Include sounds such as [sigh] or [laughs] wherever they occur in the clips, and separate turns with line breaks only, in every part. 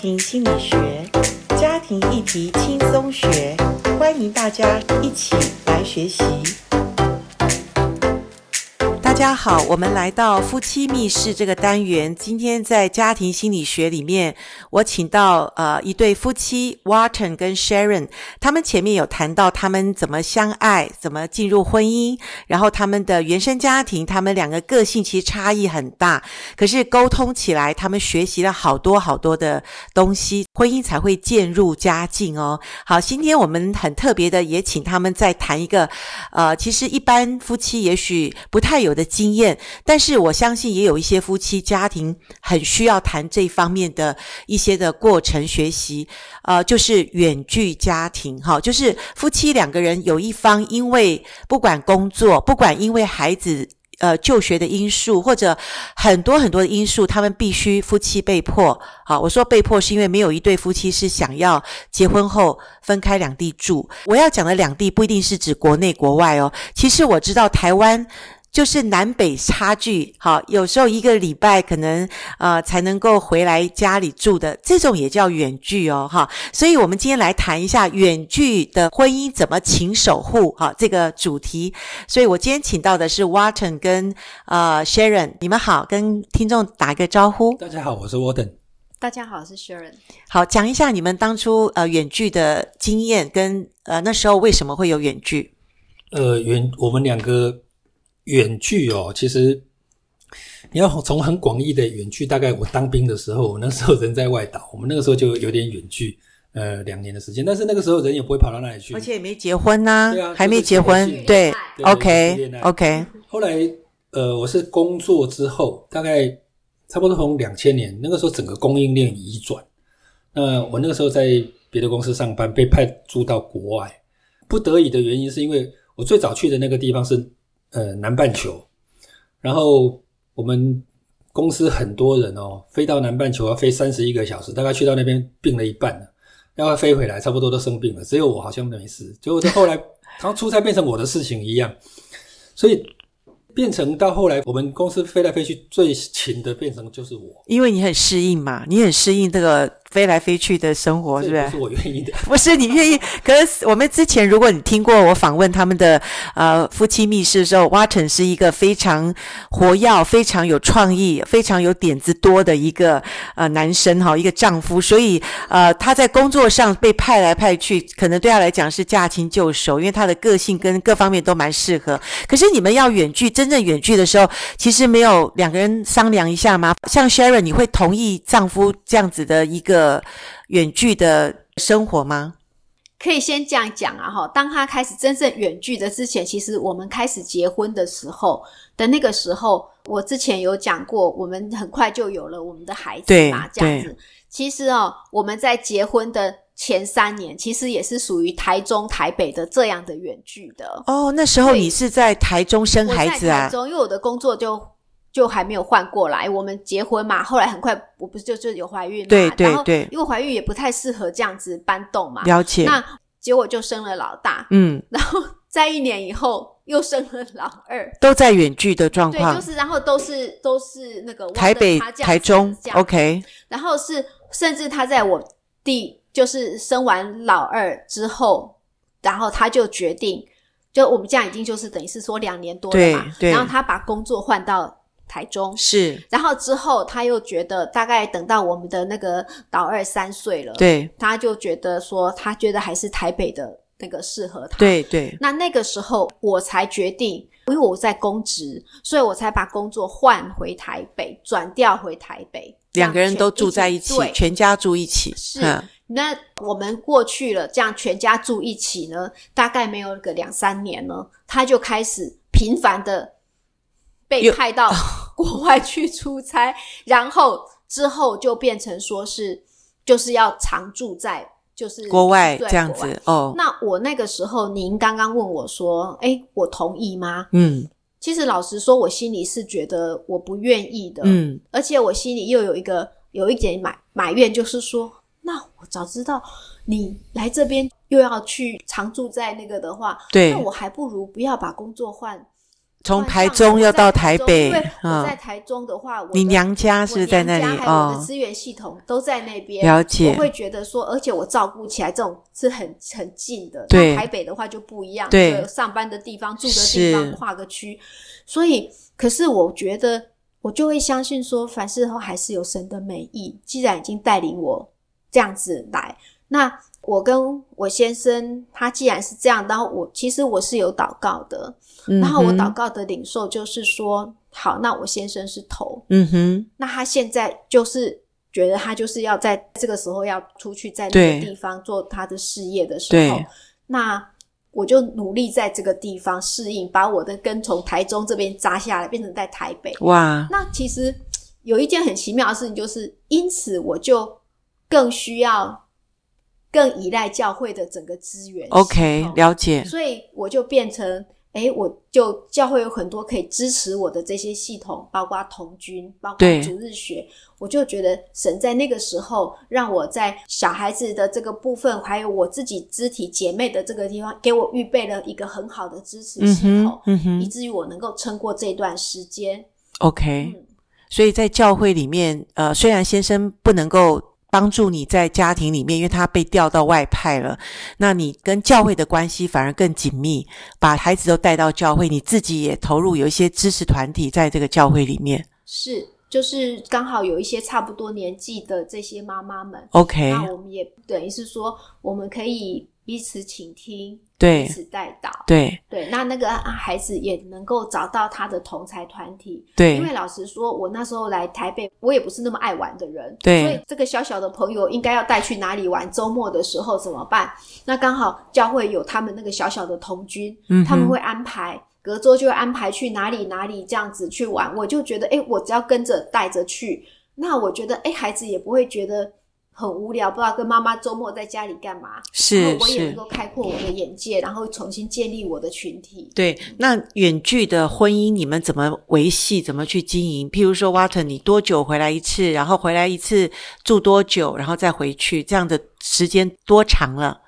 庭心理学，家庭议题轻松学，欢迎大家一起来学习。大家好，我们来到夫妻密室这个单元。今天在家庭心理学里面，我请到呃一对夫妻 Wharton 跟 Sharon，他们前面有谈到他们怎么相爱，怎么进入婚姻，然后他们的原生家庭，他们两个个性其实差异很大，可是沟通起来，他们学习了好多好多的东西，婚姻才会渐入佳境哦。好，今天我们很特别的也请他们再谈一个，呃，其实一般夫妻也许不太有的经验，但是我相信也有一些夫妻家庭很需要谈这方面的一些的过程学习，呃，就是远距家庭哈，就是夫妻两个人有一方因为不管工作，不管因为孩子。呃就学的因素，或者很多很多的因素，他们必须夫妻被迫。好，我说被迫是因为没有一对夫妻是想要结婚后分开两地住。我要讲的两地不一定是指国内国外哦，其实我知道台湾。就是南北差距，好，有时候一个礼拜可能呃才能够回来家里住的，这种也叫远距哦，哈。所以，我们今天来谈一下远距的婚姻怎么请守护，哈，这个主题。所以我今天请到的是 Wharton 跟呃 Sharon，你们好，跟听众打个招呼。
大家好，我是 Warden。
大家好，我是 Sharon。
好，讲一下你们当初呃远距的经验，跟呃那时候为什么会有远距？
呃，远我们两个远距哦，其实你要从很广义的远距，大概我当兵的时候，我那时候人在外岛，我们那个时候就有点远距，呃，两年的时间，但是那个时候人也不会跑到那里去，
而且也没结婚呐、
对啊
还没
就是
结婚
远，距
对
对就是
，OK
恋爱
OK，
后来，呃，我是工作之后，大概差不多从两千年那个时候，整个供应链移转。那我那个时候在别的公司上班，被派驻到国外。不得已的原因是因为我最早去的那个地方是呃南半球，然后我们公司很多人哦，飞到南半球要飞三十一个小时，大概去到那边病了一半了，要飞回来差不多都生病了，只有我好像没事。结果这后来好像出差变成我的事情一样，所以变成到后来我们公司飞来飞去最勤的变成就是我，
因为你很适应嘛，你很适应这个飞来飞去的生活，哦是啊
这
不
也
是
不？是我愿意的。
不是你愿意，可是我们之前如果你听过我访问他们的呃夫妻密室的时候，蛙城是一个非常活跃、非常有创意、非常有点子多的一个呃男生哈，一个丈夫，所以呃他在工作上被派来派去，可能对他来讲是驾轻就熟，因为他的个性跟各方面都蛮适合。可是你们要远距，真正远距的时候，其实没有两个人商量一下吗？像 Sharon，你会同意丈夫这样子的一个远距的生活吗？
可以先这样讲啊，哈，当他开始真正远距的之前，其实我们开始结婚的时候的那个时候，我之前有讲过，我们很快就有了我们的孩子
对
嘛，这样子。其实哦，我们在结婚的前三年，其实也是属于台中、台北的这样的远距的。
哦，那时候
对
你是在台中生孩
我
子
在台
啊？
中，因为我的工作就就还没有换过来。我们结婚嘛，后来很快我不是就就有怀孕嘛，
对对
然后
对
因为怀孕也不太适合这样子搬动嘛，
了解，
啊那结果就生了老大，
嗯，
然后在一年以后又生了老二，
都在远距的状
对，
况，
就是然后都是都是那个
台北、
往着他这样
台中
这样
，OK，
然后是甚至他在我弟就是生完老二之后，然后他就决定，就我们这样已经就是等于是说两年多了嘛，
对对
然后他把工作换到台中。
是
然后之后，他又觉得大概等到我们的那个老二三岁了，，
对
他就觉得说，他觉得还是台北的那个适合他。
对对，
那那个时候我才决定，因为我在公职，所以我才把工作换回台北，转调回台北。
两个人都住在一起
这样，全对
全家住一起，
是
嗯
那我们过去了，这样全家住一起呢，大概没有个两三年呢，他就开始频繁的被
又 [laughs]
派到国外去出差，然后之后就变成说是就是要常住在就是
国外
住在
这样
国外
子哦，
那我那个时候，您刚刚问我说：“哎，我同意吗
嗯？”
其实老实说，我心里是觉得我不愿意的，，
嗯，
而且我心里又有一个有一点埋埋怨，就是说，那我早知道你来这边又要去常住在那个的话，
对
那我还不如不要把工作换
从
换
台
上
中
我
要
在
到
台
台
中
北
因为我在
啊，
台中的话，我
你
的
娘家
我
是不是在那
娘家
里
还有我的
哦，
资源系统都在那边，
了解
我会觉得说，而且我照顾起来这种是很很近的。
对
那台北的话就不一样，
对
就有上班的地方、住的地
是
方、跨个区，所以，可是我觉得我就会相信说，凡事后还是有神的美意。既然已经带领我这样子来，那我跟我先生他既然是这样，然后我其实我是有祷告的，
嗯
然后我祷
哼，
告的领受就是说，好，那我先生是头，
嗯哼，
那他现在就是觉得他就是要在这个时候要出去，在那
对
个地方做他的事业的时候
对，
那我就努力在这个地方适应，把我的根从台中这边扎下来，变成在台北。
哇，
那其实有一件很奇妙的事情，就是因此我就更需要更依赖教会的整个资源系统。
OK，了解，
所以我就变成，哎，我就教会有很多可以支持我的这些系统，包括童军，包
对
括主日学，我就觉得神在那个时候让我在小孩子的这个部分，还有我自己肢体姐妹的这个地方，给我预备了一个很好的支持
嗯
系
哼
统，，
嗯
以
哼
至于我能够撑过这段时间。
，OK，
嗯，
所以在教会里面，呃，虽然先生不能够帮助你在家庭里面，因为他被调到外派了，那你跟教会的关系反而更紧密，把孩子都带到教会，你自己也投入有一些支持团体在这个教会里面。
是，就是刚好有一些差不多年纪的这些妈妈们。
OK，
那我们也等于是说，我们可以彼此倾听，彼
对
此带导，
对
对，那那个啊孩子也能够找到他的同才团体。因为
对
老实说，我那时候来台北，我也不是那么爱玩的人，
对
所以这个小小的朋友应该要带去哪里玩，周末的时候怎么办？那刚好教会有他们那个小小的童军，
嗯哼
他们会安排。隔周就会安排去哪里哪里这样子去玩，我就觉得，哎、我只要跟着带着去，那我觉得，哎、孩子也不会觉得很无聊，不知道跟妈妈周末在家里干嘛。然
是
后我也能
是。
够开阔我的眼界，然后重新建立我的群体。
对，那远距的婚姻你们怎么维系？怎么去经营？譬如说，Water，你多久回来一次？然后回来一次住多久？然后再回去，这样的时间多长了？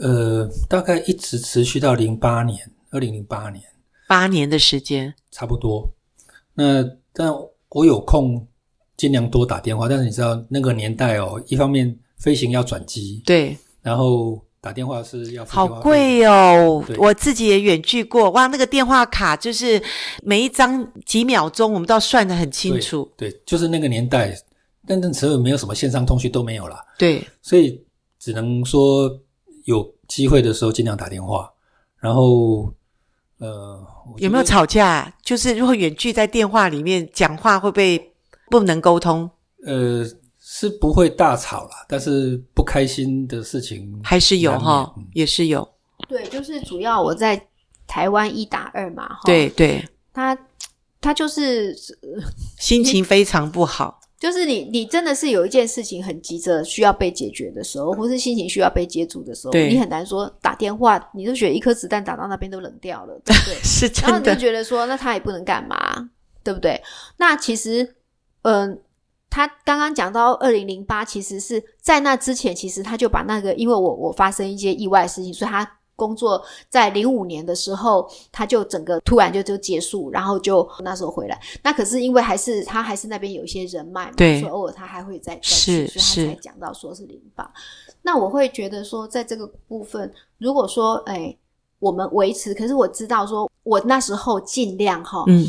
呃，大概一直持续到零八年，二零零八年
八年的时间。
差不多。那但我有空尽量多打电话，但是你知道那个年代哦，一方面飞行要转机，
对，
然后打电话是要付
好
电话费的
贵哦！
对
我自己也远距过，哇，那个电话卡就是每一张几秒钟，我们都要算得很清楚。
对，就是那个年代，但那时候没有什么线上通讯都没有啦，
对
所以只能说有机会的时候尽量打电话。然后，呃，我觉
有没有
得？
吵架啊？就是如果远距在电话里面讲话，会不会不能沟通？
呃，是不会大吵啦，但是不开心的事情
还是有
难免
哈
嗯，
也是有。
对，就是主要我在台湾一打二嘛，哈，
对对，
他他就是
心情非常不好。
就是你你真的是有一件事情很急着需要被解决的时候，或是心情需要被接住的时候，
对
你很难说打电话，你就觉得一颗子弹打到那边都冷掉了，对不对？
是
然后
真
你就
的，
觉得说，那他也不能干嘛，对不对？那其实，嗯、他刚刚讲到二零零八，其实是在那之前，其实他就把那个，因为我我发生一些意外的事情，所以他工作在零五年的时候，他就整个突然就就结束，然后就那时候回来。那可是因为还是他还是那边有一些人脉嘛，
对
所以偶尔他还会再再
是
去，所
是
以他才讲到说是零八。那我会觉得说，在这个部分，如果说哎，我们维持，可是我知道说，我那时候尽量哈，
嗯，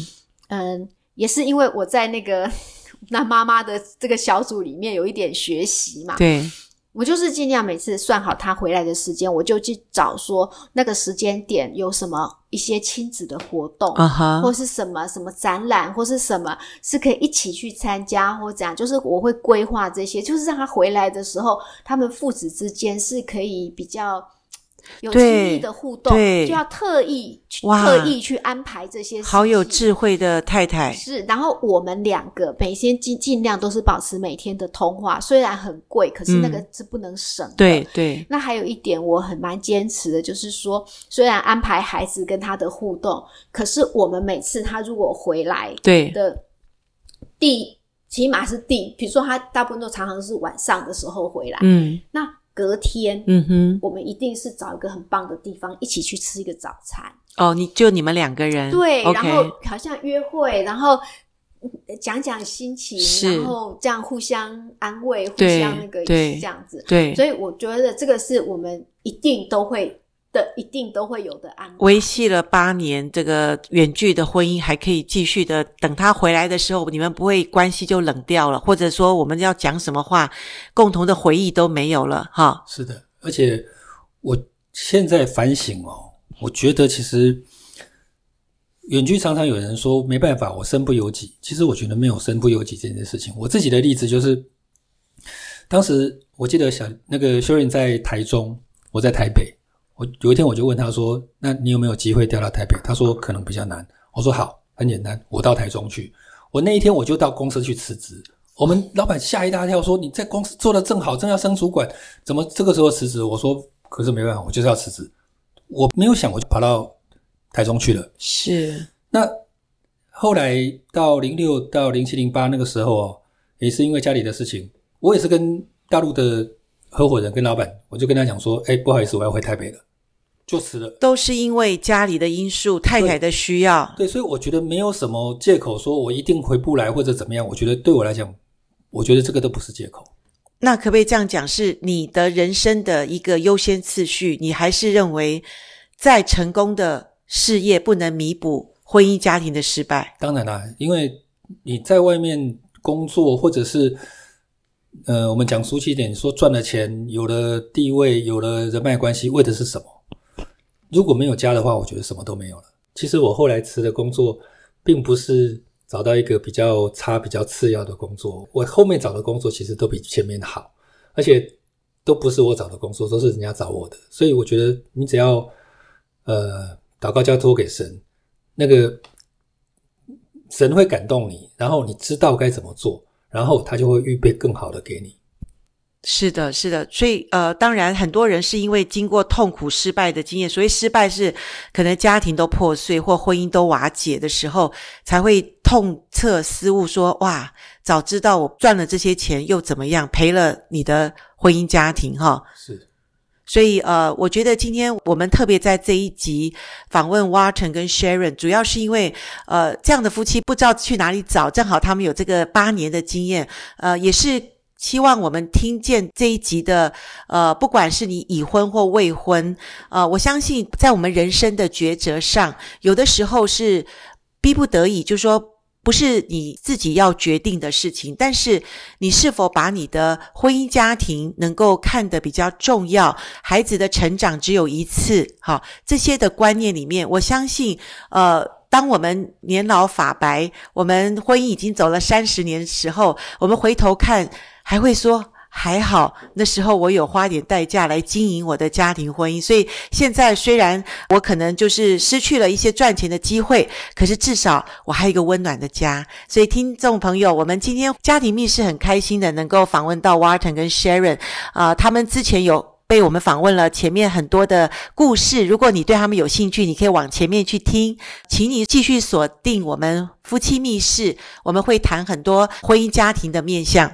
嗯，也是因为我在那个 [laughs] 那妈妈的这个小组里面有一点学习嘛，
对
我就是尽量每次算好她回来的时间，我就去找说那个时间点有什么一些亲子的活动。
啊哈
或，是什么什么展览，或是什么是可以一起去参加，或怎样，就是我会规划这些，就是让她回来的时候，他们父子之间是可以比较有
对
亲密的互动，
对
就要特意去
哇
特意去安排这些事情，
好有智慧的太太。
是，然后我们两个每天尽尽量都是保持每天的通话，虽然很贵，可是那个
嗯
是不能省的。
对。对
那还有一点我很蛮坚持的，就是说，虽然安排孩子跟他的互动，可是我们每次他如果回来
对
的第，起码是第，比如说他大部分都常常是晚上的时候回来，
嗯，
那隔天，
嗯哼，
我们一定是找一个很棒的地方一起去吃一个早餐。
哦，你就你们两个人，
对，然后
嗯，OK，
好像约会，然后呃讲讲心情，
是
然后这样互相安慰，互
对
相那个
对
这样子。
对，
所以我觉得这个是我们一定都会的，一定都会有的安排。
维系了八年这个远距的婚姻，还可以继续的。等他回来的时候，你们不会关系就冷掉了，或者说我们要讲什么话，共同的回忆都没有了哈。
是的，而且我现在反省哦，我觉得其实远距常常有人说没办法，我身不由己。其实我觉得没有身不由己这件事情。我自己的例子就是，当时我记得小那个修润在台中，我在台北。我有一天我就问他说：“那你有没有机会调到台北？”他说：“可能比较难。”我说：“好，很简单，我到台中去。”我那一天我就到公司去辞职。我们老板吓一大跳，说：“你在公司做的正好，正要升主管，怎么这个时候辞职？我说，可是没办法，我就是要辞职。我没有想，我就跑到台中去了。
是，
那后来到零六到零七零八那个时候哦，也是因为家里的事情，我也是跟大陆的合伙人跟老板，我就跟他讲说，哎，不好意思，我要回台北了，就辞了。
都是因为家里的因素、太太的需要。
对，所以我觉得没有什么借口，说我一定回不来或者怎么样。我觉得对我来讲，我觉得这个都不是借口。
那可不可以这样讲？是你的人生的一个优先次序？你还是认为，再成功的事业不能弥补婚姻家庭的失败？
当然啦，因为你在外面工作，或者是呃，我们讲俗气一点，你说赚了钱，有了地位，有了人脉关系，为的是什么？如果没有家的话，我觉得什么都没有了。其实我后来辞的工作，并不是找到一个比较差、比较次要的工作，我后面找的工作其实都比前面好，而且都不是我找的工作，都是人家找我的。所以我觉得你只要呃祷告交托给神，那个神会感动你，然后你知道该怎么做，然后他就会预备更好的给你。
是的，是的，所以呃，当然很多人是因为经过痛苦失败的经验，所以失败是可能家庭都破碎或婚姻都瓦解的时候，才会痛彻思悟说，哇，早知道我赚了这些钱又怎么样，赔了你的婚姻家庭哈。
是，
所以呃，我觉得今天我们特别在这一集访问蛙城跟 Sharon，主要是因为呃这样的夫妻不知道去哪里找，正好他们有这个八年的经验，呃也是。希望我们听见这一集的，呃，不管是你已婚或未婚，呃，我相信在我们人生的抉择上，有的时候是逼不得已，就说不是你自己要决定的事情，但是你是否把你的婚姻家庭能够看得比较重要，孩子的成长只有一次，好这些的观念里面，我相信，呃。当我们年老发白，我们婚姻已经走了三十年的时候，我们回头看，还会说还好那时候我有花点代价来经营我的家庭婚姻，所以现在虽然我可能就是失去了一些赚钱的机会，可是至少我还有一个温暖的家。所以听众朋友，我们今天家庭密室很开心的能够访问到 Warton 跟 Sharon，啊、他们之前有。被我们访问了前面很多的故事，如果你对他们有兴趣，你可以往前面去听，请你继续锁定我们夫妻密室，我们会谈很多婚姻家庭的面向。